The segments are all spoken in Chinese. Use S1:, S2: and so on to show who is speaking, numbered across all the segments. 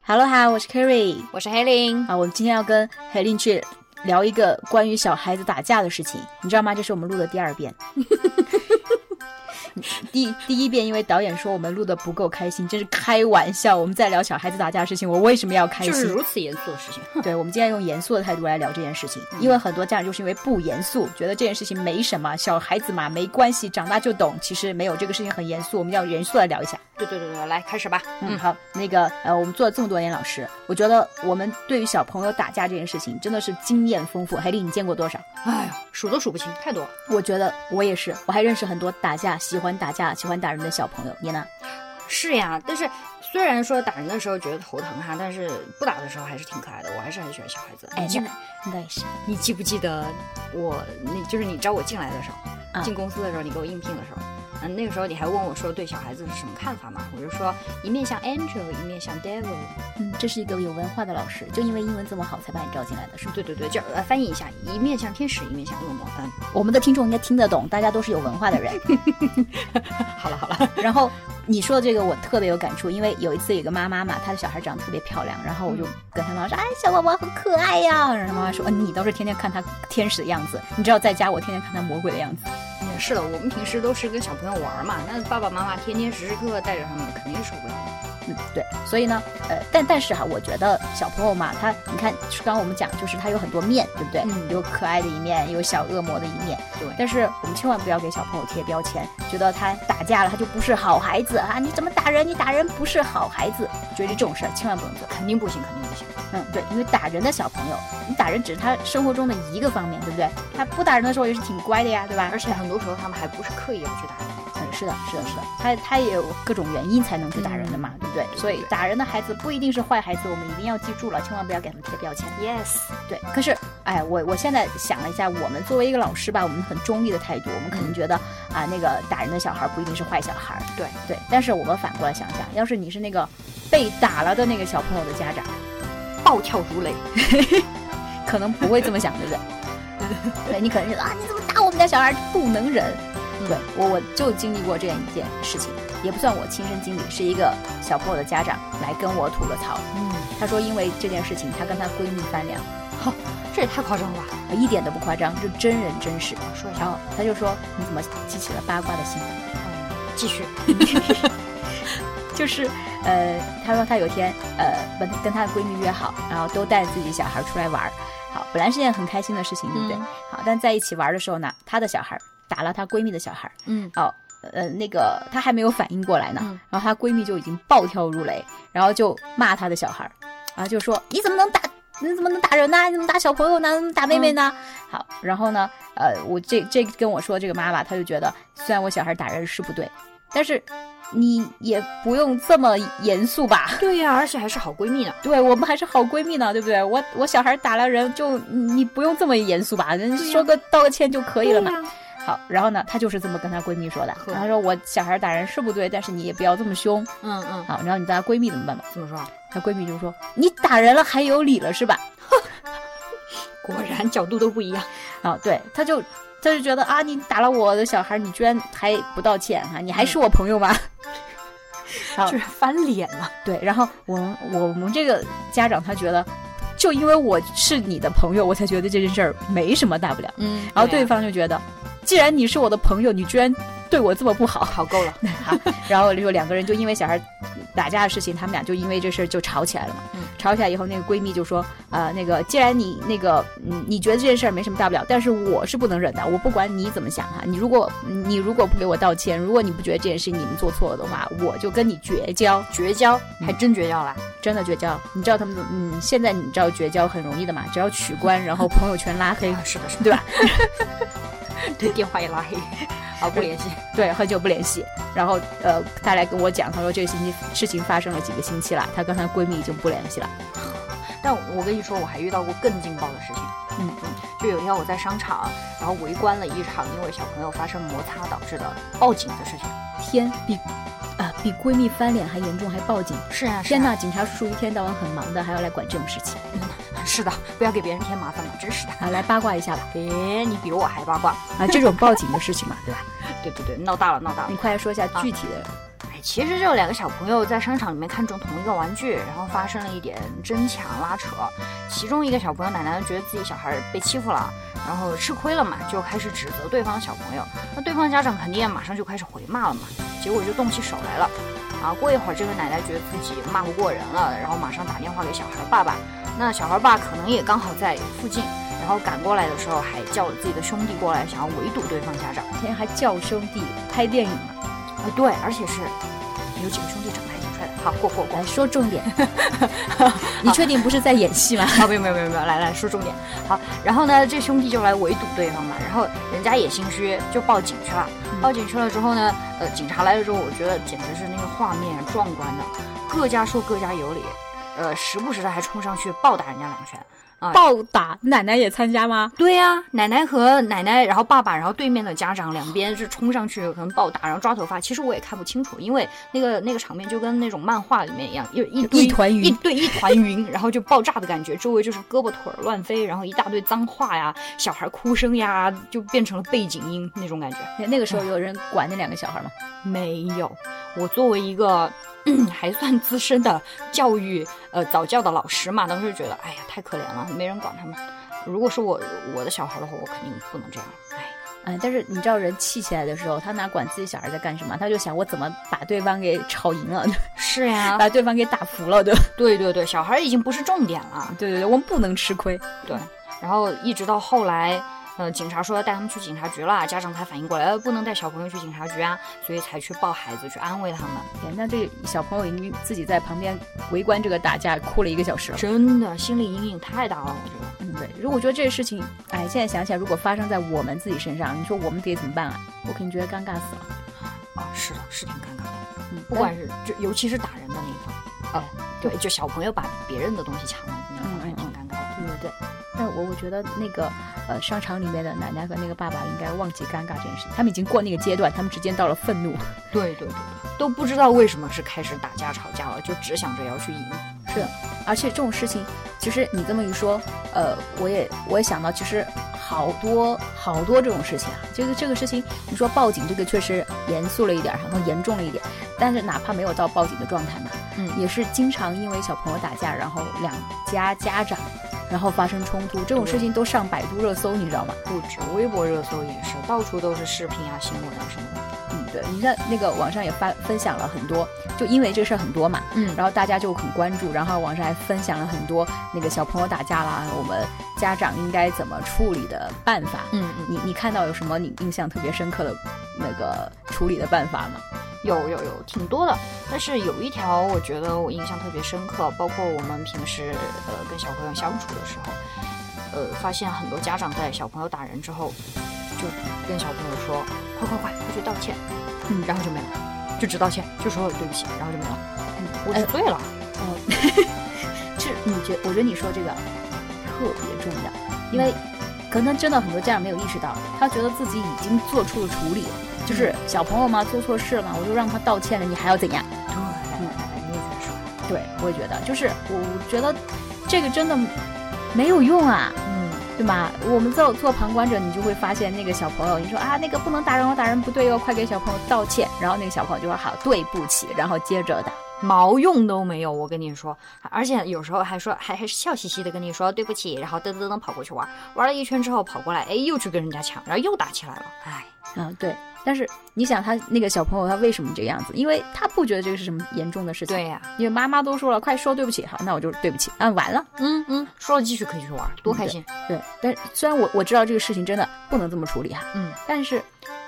S1: Hello 哈，我是 Kerry
S2: 我是黑林。
S1: 啊，我们今天要跟海林去聊一个关于小孩子打架的事情，你知道吗？这是我们录的第二遍。 第第一遍，因为导演说我们录的不够开心，真是开玩笑。我们在聊小孩子打架的事情，我为什么要开心？
S2: 就是如此严肃的 事情，
S1: 对，我们今天用严肃的态度来聊这件事情，
S2: 嗯
S1: 因为很多家长就是因为不严肃，觉得这件事情没什么，小孩子嘛没关系，长大就懂。其实没有，这个事情很严肃，我们要严肃来聊一下。
S2: 对对对对，来开始吧。
S1: 嗯，好，那个呃，我们做了这么多年老师，我觉得我们对于小朋友打架这件事情真的是经验丰富。海丽，你见过多少？
S2: 哎呀，数都数不清，太多了。
S1: 我觉得我也是，我还认识很多打架、喜欢打架、喜欢打人的小朋友。你呢？
S2: 是呀，但是虽然说打人的时候觉得头疼哈，但是不打的时候还是挺可爱的，我还是很喜欢小孩子。你记不
S1: 哎应该也是。
S2: 你记不记得我？你就是你招我进来的时候，
S1: 啊
S2: 进公司的时候，你给我应聘的时候，嗯，那个时候你还问我说对小孩子是什么看法嘛？我就说一面像 angel，一面像 devil。
S1: 嗯，这是一个有文化的老师，就因为英文这么好才把你招进来的，是吗？
S2: 对对对，就呃翻译一下，一面像天使，一面像恶魔。嗯，
S1: 我们的听众应该听得懂，大家都是有文化的人。
S2: 好了好了，
S1: 然后你说的这个我特别有感触，因为有一次有一个妈妈嘛，她的小孩长得特别漂亮，然后我就跟她妈妈说：“哎，小宝宝很可爱呀。”然后妈妈说：“哦，你倒是天天看他天使的样子，你知道在家我天天看他魔鬼的样子。
S2: 也嗯是的，我们平时都是跟小朋友玩嘛，那爸爸妈妈天天时时刻刻带着他们，肯定受不了的。”
S1: 嗯，对，所以呢，呃，但但是哈、我觉得小朋友嘛，他你看，刚刚我们讲就是他有很多面，对不对？
S2: 嗯
S1: 有可爱的一面，有小恶魔的一面。
S2: 对
S1: 但是我们千万不要给小朋友贴标签，觉得他打架了他就不是好孩子啊！你怎么打人？你打人不是好孩子，觉得这种事儿千万不能做。
S2: 肯定不行，肯定不行。
S1: 嗯，对，因为打人的小朋友，你打人只是他生活中的一个方面，对不对？他不打人的时候也是挺乖的呀，对吧？
S2: 而且很多时候他们还不是刻意要去打人。
S1: 嗯，是的，是的，是的，他他也有各种原因才能去打人的嘛，对不对？所以打人的孩子不一定是坏孩子，我们一定要记住了，千万不要给他们贴标签。
S2: Yes，
S1: 对，可是，哎，我我现在想了一下，我们作为一个老师吧，我们很中立的态度，我们可能觉得啊，那个打人的小孩不一定是坏小孩，
S2: 对
S1: 对。但是我们反过来想想，要是你是那个被打了的那个小朋友的家长，
S2: 暴跳如雷。
S1: 可能不会这么想，对不对？对你可能是啊，你怎么打我们家小孩不能忍？
S2: 嗯
S1: 对我我就经历过这样一件事情，也不算我亲身经历，是一个小朋友的家长来跟我吐了槽。
S2: 嗯，
S1: 他说因为这件事情，他跟她闺蜜翻脸，
S2: 这也太夸张了吧？
S1: 一点都不夸张，就真人真事。
S2: 说一
S1: 然
S2: 下，
S1: 后他就说你怎么激起了八卦的心？
S2: 嗯，继续。
S1: 就是，呃，她说她有一天，呃，跟跟她的闺蜜约好，然后都带着自己小孩出来玩儿。好，本来是件很开心的事情，对不对？
S2: 嗯
S1: 好，但在一起玩儿的时候呢，她的小孩打了她闺蜜的小孩，
S2: 嗯，
S1: 哦，呃，那个她还没有反应过来呢，
S2: 嗯
S1: 然后她闺蜜就已经暴跳如雷，然后就骂她的小孩儿，然后就说你怎么能打？你怎么能打人呢、你怎么打小朋友呢？你怎么打妹妹呢？好，然后呢，呃，我这这跟我说这个妈妈，她就觉得虽然我小孩打人是不对，但是你也不用这么严肃吧？
S2: 对呀、而且还是好闺蜜呢。
S1: 对我们还是好闺蜜呢，对不对？我我小孩打了人就你你不用这么严肃吧？人
S2: 对呀
S1: 说个道个歉就可以了嘛
S2: 对。呀、
S1: 好，然后呢，她就是这么跟她闺蜜说的。
S2: 呵
S1: 然后她说我小孩打人是不对，但是你也不要这么凶。
S2: 嗯嗯，
S1: 啊好，然后你当她闺蜜怎么办嘛？
S2: 怎么说啊？
S1: 她闺蜜就说你打人了还有理了是吧？
S2: 果然角度都不一样。
S1: 啊，对，她就她就觉得啊，你打了我的小孩，你居然还不道歉啊？你还是我朋友吗？ 好
S2: 居然翻脸了。
S1: 对，然后我们我们这个家长他觉得，就因为我是你的朋友，我才觉得这件事儿没什么大不了。
S2: 嗯，
S1: 然后对方就觉得，既然你是我的朋友，你居然对我这么不好。
S2: 好够了。
S1: 好，然后就两个人就因为小孩打架的事情，他们俩就因为这事儿就吵起来了嘛。
S2: 嗯
S1: 吵起来以后，那个闺蜜就说：“啊，那个既然你那个嗯，你觉得这件事儿没什么大不了，但是我是不能忍的。我不管你怎么想哈、你如果你如果不给我道歉，如果你不觉得这件事你们做错了的话，我就跟你绝交，
S2: 绝交，
S1: 嗯
S2: 还真绝交了。
S1: 真的绝交。你知道他们怎么？嗯，现在你知道绝交很容易的嘛，只要取关，然后朋友圈拉黑
S2: 啊，，是的，是的，
S1: 对吧？
S2: 对，电话也拉黑， 好不联系。
S1: 对，很久不联系。然后呃，她来跟我讲，她说这个星期事情发生了几个星期了，她跟她闺蜜已经不联系了。”
S2: 但我跟你说，我还遇到过更劲爆的事情。
S1: 嗯
S2: 嗯，就有一天我在商场，然后围观了一场因为小朋友发生摩擦导致的报警的事情。
S1: 天，比啊比闺蜜翻脸还严重，还报警！
S2: 是啊，
S1: 天，呐，警察叔叔一天到晚很忙的，还要来管这种事情。
S2: 是的，不要给别人添麻烦嘛，真是的。
S1: 啊，来八卦一下 吧！
S2: 别，你比我还八卦。
S1: 啊，这种报警的事情嘛，对吧？
S2: 对对对，闹大了，闹大了
S1: 你。快来说一下
S2: 啊
S1: 具体的。
S2: 哎，其实这两个小朋友在商场里面看中同一个玩具，然后发生了一点争抢拉扯。其中一个小朋友奶奶觉得自己小孩被欺负了，然后吃亏了嘛，就开始指责对方小朋友。那对方家长肯定也马上就开始回骂了嘛，结果就动起手来了。啊，过一会儿这个奶奶觉得自己骂不过人了，然后马上打电话给小孩爸爸。那小孩爸可能也刚好在附近，然后赶过来的时候还叫了自己的兄弟过来，想要围堵对方家长。
S1: 天还叫兄弟拍电影嘛？
S2: 啊，对，而且是有几个兄弟长得还挺帅的。好，过过 过
S1: 来。说重 点，你确定不是在演戏吗？
S2: 好，没有没有没有没有，来来说重点。好，然后呢，这兄弟就来围堵对方嘛，然后人家也心虚，就报警去了。
S1: 嗯
S2: 报警去了之后呢，呃，警察来了之后，我觉得简直是那个画面壮观的，各家说各家有理，呃，时不时的还冲上去暴打人家两拳。
S1: 暴打奶奶也参加吗？
S2: 对呀、奶奶和奶奶，然后爸爸，然后对面的家长，两边是冲上去可能暴打，然后抓头发。其实我也看不清楚，因为那个那个场面就跟那种漫画里面一样，一一堆
S1: 一团云
S2: 一对一团云，然后就爆炸的感觉，周围就是胳膊腿儿乱飞，然后一大堆脏话呀，小孩哭声呀，就变成了背景音那种感觉。
S1: 那个时候有人管那两个小孩吗？
S2: 没有，我作为一个。 嗯还算资深的教育呃早教的老师嘛，当时就觉得哎呀太可怜了，没人管他们。如果是我我的小孩的话，我肯定不能这样。哎，
S1: 哎，但是你知道人气起来的时候，他哪管自己小孩在干什么？他就想我怎么把对方给吵赢 了，
S2: 是呀，
S1: 把对方给打服了，对吧？
S2: 对对对，小孩已经不是重点了。
S1: 对对对，我们不能吃亏。
S2: 然后一直到后来，呃，警察说要带他们去警察局了，家长才反应过来，呃，不能带小朋友去警察局啊，所以才去抱孩子去安慰他们。
S1: 天那这小朋友已经自己在旁边围观这个打架，哭了一个小时了。
S2: 真的，心理阴影太大了，我觉得。
S1: 嗯，对。如果觉得这个事情，哎，现在想起来，如果发生在我们自己身上，你说我们得怎么办啊？我肯定觉得尴尬死了。
S2: 啊，是的，是挺尴尬的，
S1: 嗯，哦
S2: 不管是就尤其是打人的那一方，啊，对，就小朋友把别人的东西抢了，那一方
S1: 嗯
S2: 还
S1: 嗯嗯
S2: 挺尴尬的。
S1: 对对对，但我我觉得那个呃商场里面的奶奶和那个爸爸应该忘记尴尬这件事情，他们已经过那个阶段，他们直接到了愤怒。
S2: 对对对对，都不知道为什么是开始打架吵架了，就只想着要去赢。
S1: 而且这种事情，其实你这么一说，呃，我也我也想到，其实好多好多这种事情啊，就是这个事情，你说报警这个确实严肃了一点儿，然后严重了一点，但是哪怕没有到报警的状态嘛，
S2: 嗯
S1: 也是经常因为小朋友打架，然后两家家长然后发生冲突，这种事情都上百度热搜，你知道吗？
S2: 不止微博热搜也是，到处都是视频啊、新闻啊什么的。
S1: 嗯，对，你看那个网上也发分享了很多，就因为这事儿很多嘛，
S2: 嗯
S1: 然后大家就很关注，然后网上还分享了很多那个小朋友打架啦，我们家长应该怎么处理的办法。
S2: 嗯嗯，
S1: 你你看到有什么你印象特别深刻的那个处理的办法吗？
S2: 有有有，挺多的。但是有一条我觉得我印象特别深刻，包括我们平时呃跟小朋友相处的时候，呃，发现很多家长在小朋友打人之后，就跟小朋友说快快快快去道歉，
S1: 嗯
S2: 然后就没了，就只道歉，就说对不起，然后就没了。嗯我
S1: 哎
S2: 就对了，
S1: 这你觉我觉得你说这个特别重要，因为可能真的很多家长没有意识到，他觉得自己已经做出了处理，就是小朋友嘛做错事了嘛，我就让他道歉了，你还要怎样？
S2: 对，哎你也觉得是。
S1: 对，我也觉得，就是我我觉得这个真的没有用啊，
S2: 嗯，
S1: 对吗？我们做做旁观者，你就会发现那个小朋友，你说啊，那个不能打人，我打人不对哦，快给小朋友道歉。然后那个小朋友就说好，对不起，然后接着打。
S2: 毛用都没有，我跟你说，而且有时候还说还还笑嘻嘻的跟你说对不起，然后噔噔噔跑过去玩，玩了一圈之后跑过来，哎，又去跟人家抢，然后又打起来了，哎，
S1: 啊，对。但是你想他那个小朋友他为什么这个样子？因为他不觉得这个是什么严重的事情。
S2: 对，呀、
S1: 因为妈妈都说了，快说对不起，好，那我就对不起，啊，完了。
S2: 嗯嗯，说了继续可以去玩，多开心，
S1: 对，但虽然我我知道这个事情真的不能这么处理哈、
S2: 嗯
S1: 但是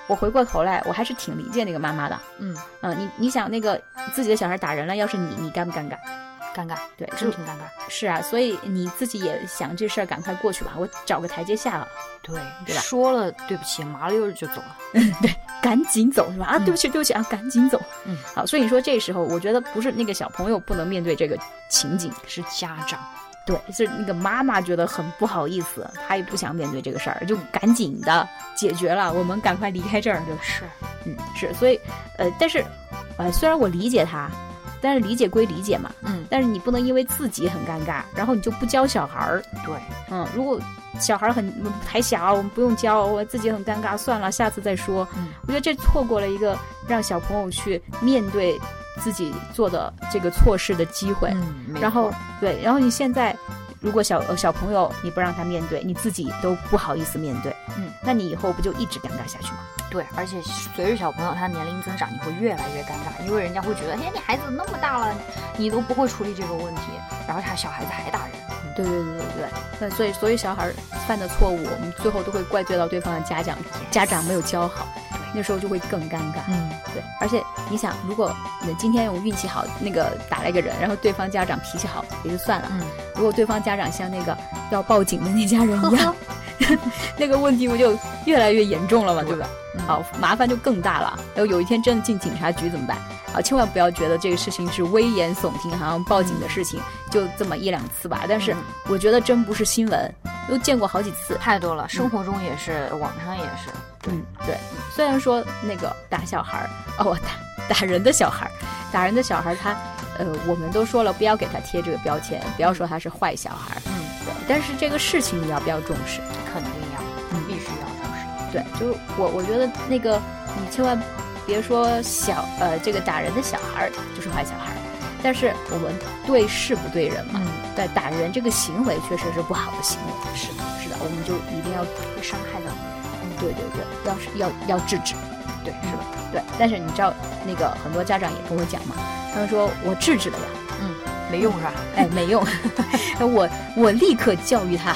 S1: 我回过头来，我还是挺理解那个妈妈的。
S2: 嗯，
S1: 嗯，你你想那个自己的小孩打人了，要是你，你尴不尴尬？
S2: 尴尬，
S1: 对，
S2: 真
S1: 就
S2: 挺尴尬，
S1: 是啊，所以你自己也想这事儿赶快过去吧，我找个台阶下了，啊
S2: 对，
S1: 对吧
S2: 说了对不起，麻溜就走了，
S1: 赶紧走是吧？啊，
S2: 嗯
S1: 对不起，对不起啊，赶紧走。
S2: 嗯，
S1: 好，所以说这时候我觉得不是那个小朋友不能面对这个情景，
S2: 是家长，
S1: 对，是那个妈妈觉得很不好意思，她也不想面对这个事儿，就赶紧的解决了，我们赶快离开这儿，对吧？
S2: 是，
S1: 嗯，是，所以，呃，但是，呃，虽然我理解他，但是理解归理解嘛，
S2: 嗯，
S1: 但是你不能因为自己很尴尬，然后你就不教小孩儿。
S2: 对，
S1: 嗯，如果小孩儿很嗯还小，我们不用教，我自己很尴尬，算了，下次再说。
S2: 嗯
S1: 我觉得这错过了一个让小朋友去面对自己做的这个错事的机会。
S2: 嗯，
S1: 然后对，然后你现在如果小呃小朋友你不让他面对，你自己都不好意思面对，
S2: 嗯，
S1: 那你以后不就一直尴尬下去吗？
S2: 对，而且随着小朋友他年龄增长，你会越来越尴尬，因为人家会觉得，哎，你孩子那么大了，你都不会处理这个问题，然后他小孩子还打人，
S1: 对对对对对，那所以所以小孩儿犯的错误，我们最后都会怪罪到对方的家长，家长没有教好，那时候就会更尴尬。
S2: 嗯，
S1: 对，而且你想，如果你今天我运气好，那个打了一个人，然后对方家长脾气好也就算了，
S2: 嗯，
S1: 如果对方家长像那个要报警的那家人
S2: 呵
S1: 一 样，
S2: 呵，
S1: 那个问题不就越来越严重了吗？
S2: 对
S1: 对吧？
S2: 嗯
S1: 好，麻烦就更大了。然后有一天真的进警察局怎么办？啊，千万不要觉得这个事情是危言耸听，好像报警的事情就这么一两次吧。但是
S2: 嗯
S1: 我觉得真不是新闻，都见过好几次。
S2: 太多了，生活中也是，网上也是，
S1: 嗯，对。虽然说那个打小孩儿，哦，打打人的小孩儿，打人的小孩儿他，呃，我们都说了不要给他贴这个标签，不要说他是坏小孩儿。
S2: 嗯，
S1: 对，但是这个事情你要不要重视？
S2: 肯定要，
S1: 嗯
S2: 必须要重视，
S1: 对，就是我我觉得那个你千万别说小呃这个打人的小孩儿就是坏小孩儿，但是我们对事不对人嘛，
S2: 嗯，
S1: 对打人这个行为确实是不好的行为，
S2: 是的，
S1: 是的，我们就一定要
S2: 会伤害到你，
S1: 嗯对对对，要是要要制止，
S2: 对，是的，
S1: 对。但是你知道那个很多家长也跟我讲嘛，他们说我制止了呀，
S2: 嗯没用是吧？
S1: 哎没用， 哎我我立刻教育他，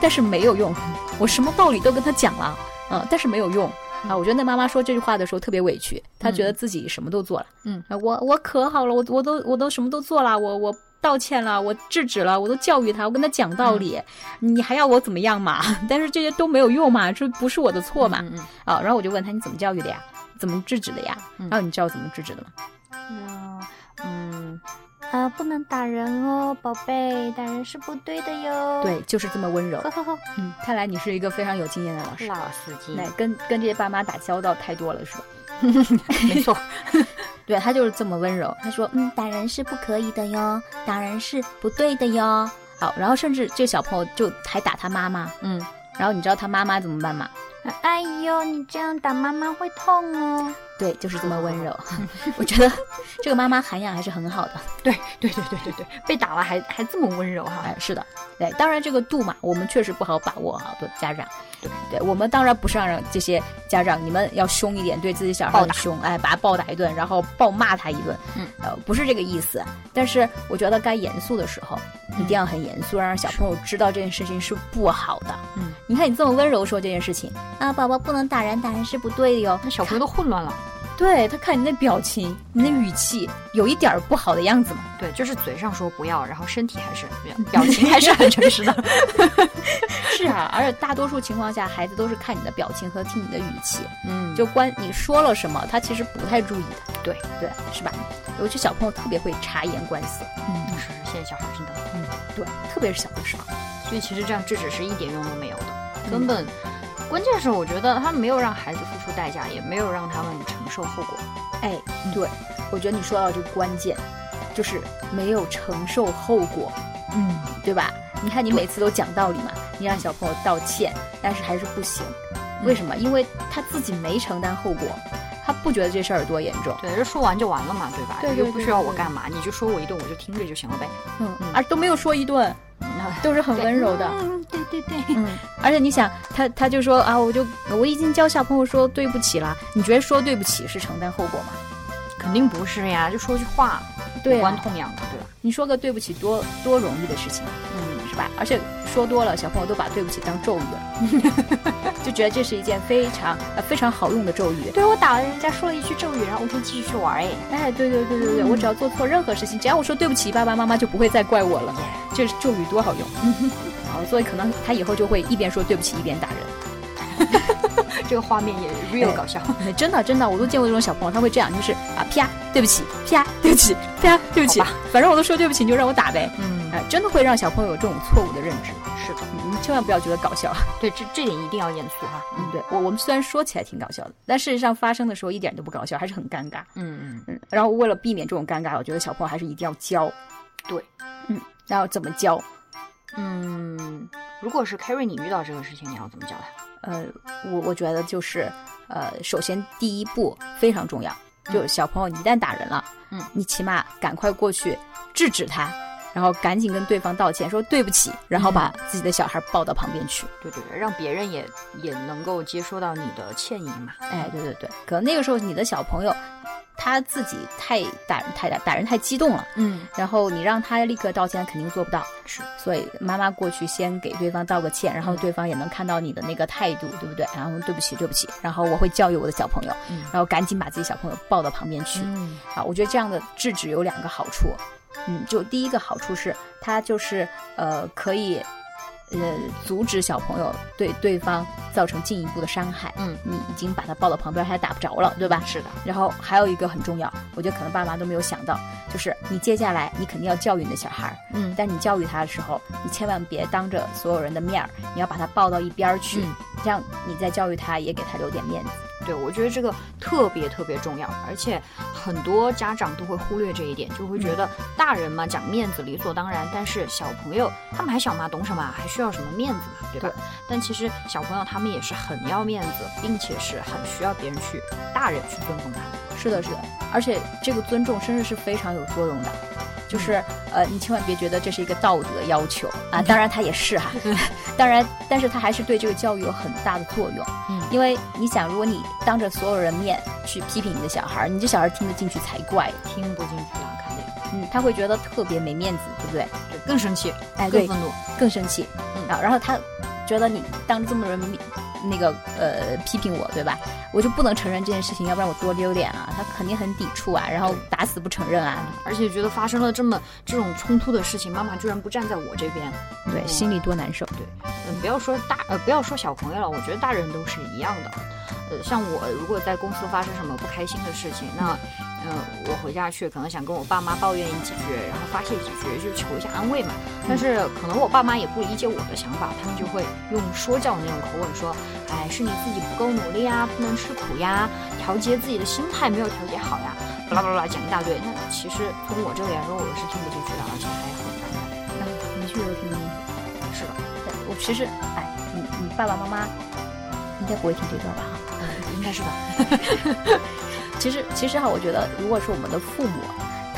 S1: 但是没有用，我什么道理都跟他讲了，嗯，但是没有用
S2: 嗯
S1: 啊。我觉得那妈妈说这句话的时候特别委屈，她觉得自己什么都做了，
S2: 嗯
S1: 啊，我我可好了，我我都我都什么都做了，我我道歉了，我制止了，我都教育他，我跟他讲道理，
S2: 嗯
S1: 你还要我怎么样嘛？ 但是这些都没有用嘛，这不是我的错嘛？
S2: 嗯
S1: 啊，然后我就问他你怎么教育的呀？怎么制止的呀？
S2: 嗯
S1: 然后你知道怎么制止的吗？
S2: 嗯嗯，啊，不能打人哦，宝贝，打人是不对的哟，
S1: 对，就是这么温柔
S2: 呵。呵呵，
S1: 嗯，看来你是一个非常有经验的老师。
S2: 老司机
S1: 那，跟跟这些爸妈打交道太多了是吧？
S2: 没错，
S1: 对他就是这么温柔，他说嗯，
S3: 打人是不可以的哟，打人是不对的哟。
S1: 好，然后甚至这个小朋友就还打他妈妈，
S2: 嗯。
S1: 然后你知道他妈妈怎么办吗？
S2: 哎呦，你这样打妈妈会痛哦。
S1: 对，就是这么温柔。 我觉得这个妈妈涵养还是很好的。
S2: 对对对对对对，被打了还还这么温柔哈、
S1: 哎，是的，对，当然这个度嘛，我们确实不好把握哈，对家长。
S2: 对，
S1: 对我们当然不是让这些家长，你们要凶一点，对自己小孩
S2: 暴
S1: 很
S2: 打
S1: 凶，哎，把他暴打一顿，然后暴骂他一顿，
S2: 嗯，
S1: 呃，不是这个意思。但是我觉得该严肃的时候，
S3: 嗯
S1: 一定要很严肃，让小朋友知道这件事情是不好的。
S2: 嗯，
S1: 你看你这么温柔说这件事情，
S3: 啊，宝宝不能打人，打人是不对的哟。
S2: 那 小朋友都混乱了。
S1: 对他看你那表情，你那语气，有一点儿不好的样子嘛。
S2: 对，就是嘴上说不要，然后身体还是不要 表情还是很诚实的。
S1: 是啊，而且大多数情况下，孩子都是看你的表情和听你的语气。
S2: 嗯
S1: 就关你说了什么，他其实不太注意的。
S2: 对
S1: 对，是吧？尤其小朋友特别会察言观色，
S2: 嗯，是是，现在小孩真的，
S1: 对，特别是小的时候，
S2: 所以其实这样制止是一点用都没有的，
S1: 嗯
S2: 根本。关键是我觉得他没有让孩子付出代价，也没有让他们承受后果。
S1: 哎，对，我觉得你说到这个关键，就是没有承受后果，
S2: 嗯，
S1: 对吧？你看你每次都讲道理嘛，你让小朋友道歉，但是还是不行，
S2: 嗯
S1: 为什么？因为他自己没承担后果，他不觉得这事儿有多严重，
S2: 对，就说完就完了嘛，对吧？
S1: 对
S2: 你
S1: 对
S2: 又不
S1: 对
S2: 需要
S1: 对
S2: 我干嘛，你就说我一顿，我就听着就行了呗。
S1: 嗯
S2: 嗯
S1: 而都没有说一顿，
S2: 那
S1: 都是很温柔的。
S2: 嗯，对对对，
S1: 嗯，而且你想，他他就说啊，我就我已经教小朋友说对不起了，你觉得说对不起是承担后果吗？
S2: 肯定不是呀，就说句话，
S1: 对
S2: 无关
S1: 啊，
S2: 痛痒的，对吧？
S1: 你说个对不起多多容易的事情，
S2: 嗯，
S1: 是吧？而且说多了，小朋友都把对不起当咒语了， 就觉得这是一件非常呃非常好用的咒语。
S2: 对我打了人家说了一句咒语，然后我可以继续去玩哎。
S1: 哎，对对对对对，我只要做错任何事情，只要我说对不起，爸爸妈妈就不会再怪我了。这咒语多好用， 好，所以可能他以后就会一边说对不起一边打人。
S2: 这个画面也 real 搞笑，
S1: 哎 真的真的，我都见过这种小朋友，他会这样，就是啊啪，对不起，啪，对不起，啪，对不起
S2: 好，
S1: 反正我都说对不起，你就让我打呗。
S2: 嗯，
S1: 哎，真的会让小朋友有这种错误的认知，
S2: 是的，
S1: 你你千万不要觉得搞笑。
S2: 对，这这点一定要严肃哈。
S1: 嗯，对我我们虽然说起来挺搞笑的，但事实上发生的时候一点都不搞笑，还是很尴尬。
S2: 嗯嗯，
S1: 嗯，然后为了避免这种尴尬，我觉得小朋友还是一定要教。
S2: 对，
S1: 嗯，然后怎么教？
S2: 嗯，如果是 Carrie，你遇到这个事情，你要怎么教他？
S1: 呃，我我觉得就是，呃，首先第一步非常重要，就小朋友，你一旦打人了，
S2: 嗯，
S1: 你起码赶快过去制止他，然后赶紧跟对方道歉，说对不起，然后把自己的小孩抱到旁边去。
S2: 对对对，让别人也也能够接收到你的歉意嘛。
S1: 哎，对对对，可能那个时候你的小朋友他自己太打太打打人太激动了，
S2: 嗯，
S1: 然后你让他立刻道歉，肯定做不到。
S2: 是，
S1: 所以妈妈过去先给对方道个歉，然后对方也能看到你的那个态度，对不对？然后对不起，对不起，然后我会教育我的小朋友，
S2: 嗯
S1: 然后赶紧把自己小朋友抱到旁边去、
S2: 嗯
S1: 啊！我觉得这样的制止有两个好处，嗯，就第一个好处是，它就是呃可以呃阻止小朋友对对方造成进一步的伤害，
S2: 嗯，
S1: 你已经把他抱到旁边，他打不着了，对吧？
S2: 是的，
S1: 然后还有一个很重要，我觉得可能爸妈都没有想到，就是你接下来你肯定要教育你的小孩儿，
S2: 嗯
S1: 但你教育他的时候，你千万别当着所有人的面儿，你要把他抱到一边儿去，
S2: 嗯
S1: 这样你再教育他也给他留点面子。
S2: 对，我觉得这个特别特别重要，而且很多家长都会忽略这一点，就会觉
S1: 嗯
S2: 得大人嘛讲面子理所当然，但是小朋友他们还小嘛，懂什么啊？还需要什么面子嘛，对吧？但其实小朋友他们也是很要面子，并且是很需要别人去大人去尊重他的。
S1: 是的，是的，而且这个尊重甚至是非常有作用的。就是
S2: 嗯
S1: 呃，你千万别觉得这是一个道德要求啊，当然它也是 哈、当然，但是它还是对这个教育有很大的作用。
S2: 嗯
S1: 因为你想，如果你当着所有人面去批评你的小孩儿，你这小孩儿听得进去才怪，
S2: 听不进去了，肯定
S1: 嗯，他会觉得特别没面子，对不对？
S2: 对更生气，
S1: 哎，
S2: 更
S1: 对，
S2: 愤怒。
S1: 更生气。啊
S2: 嗯
S1: 然后然后他觉得你当着这么多人面那个呃批评我，对吧？我就不能承认这件事情，要不然我多丢脸啊！他肯定很抵触啊，然后打死不承认啊，
S2: 而且觉得发生了这么这种冲突的事情，妈妈居然不站在我这边，
S1: 对，
S2: 嗯
S1: 心里多难受。
S2: 嗯，不要说大呃，不要说小朋友了，我觉得大人都是一样的。呃，像我如果在公司发生什么不开心的事情，那嗯、呃我回家去可能想跟我爸妈抱怨几句，然后发泄几句，就求一下安慰嘛。但是可能我爸妈也不理解我的想法，他们就会用说教的那种口吻说：“哎，是你自己不够努力呀，不能吃苦呀，调节自己的心态没有调节好呀，巴拉巴拉巴拉讲一大堆。”那其实从我这里来说，我是听不进去的，而且还很反感。
S1: 你去有听吗？
S2: 是的，
S1: 我其实，哎，你你爸爸妈妈应该不会听这段吧？
S2: 嗯应该是吧。
S1: 其实其实哈，我觉得如果是我们的父母，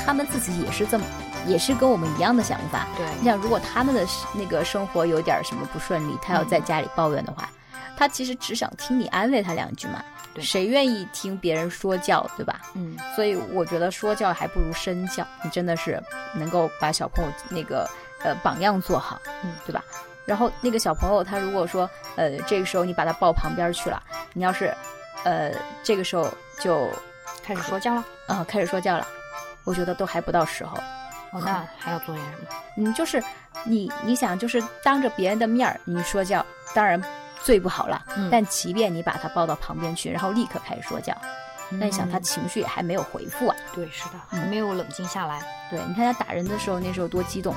S1: 他们自己也是这么，也是跟我们一样的想法。
S2: 对，
S1: 你想，如果他们的那个生活有点什么不顺利，他要
S2: 嗯
S1: 在家里抱怨的话，他其实只想听你安慰他两句嘛。
S2: 对
S1: 谁愿意听别人说教，对吧？
S2: 嗯。
S1: 所以我觉得说教还不如身教，你真的是能够把小朋友那个呃榜样做好，
S2: 嗯，
S1: 对吧？然后那个小朋友他如果说呃这个时候你把他抱旁边去了，你要是呃这个时候就
S2: 开始说教了。
S1: 呃开始说教了，我觉得都还不到时候。
S2: 哦，那还要做些什么？
S1: 嗯，就是你你想，就是当着别人的面儿你说教，当然最不好了。
S2: 嗯
S1: 但即便你把他抱到旁边去，然后立刻开始说教，那你想他
S2: 嗯
S1: 情绪也还没有回复啊？
S2: 对，是的，
S1: 嗯
S2: 还没有冷静下来。
S1: 对，你看他打人的时候，那时候多激动。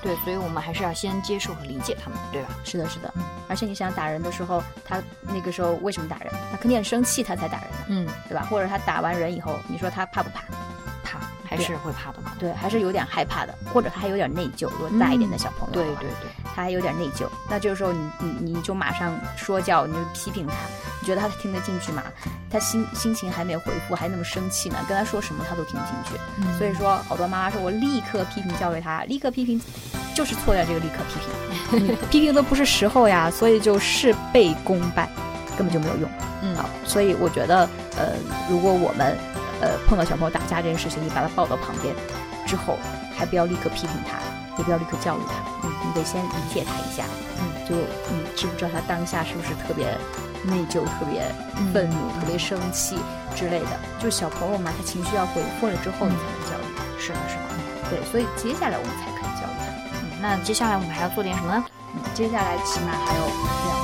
S2: 对，所以我们还是要先接受和理解他们，对吧？
S1: 是的，是
S2: 嗯
S1: 的。而且你想打人的时候，他那个时候为什么打人？他肯定很生气，他才打人的，
S2: 嗯，
S1: 对吧？或者他打完人以后，你说他怕不怕？
S2: 怕还是会怕的嘛。
S1: 对，还是有点害怕的，或者他还有点内疚。如果大一点的
S2: 嗯
S1: 小朋友的
S2: 对
S1: 话，
S2: 对对，
S1: 他还有点内疚，那这个时候你你你就马上说教，你就批评他，你觉得他听得进去吗？他心心情还没有回复，还那么生气呢，跟他说什么他都听不进去。
S2: 嗯
S1: 所以说，好多妈妈说我立刻批评教育他，立刻批评，就是错在这个立刻批评，你 批评都不是时候呀，所以就事倍功半，根本就没有用。
S2: 嗯
S1: 好，所以我觉得，呃，如果我们呃碰到小朋友打架这件事情，你把他抱到旁边之后，还不要立刻批评他，也不要立刻教育他，嗯，你得先理解他一下，嗯，就你知不知道他当下是不是特别内疚、特别
S2: 嗯
S1: 愤怒、特别生气之类的？就是小朋友嘛，他情绪要回复了之后，你才能教育他。
S2: 是的，是的。
S1: 对，所以接下来我们才可以教育他。
S2: 嗯，那接下来我们还要做点什么呢？
S1: 嗯，接下来起码还有两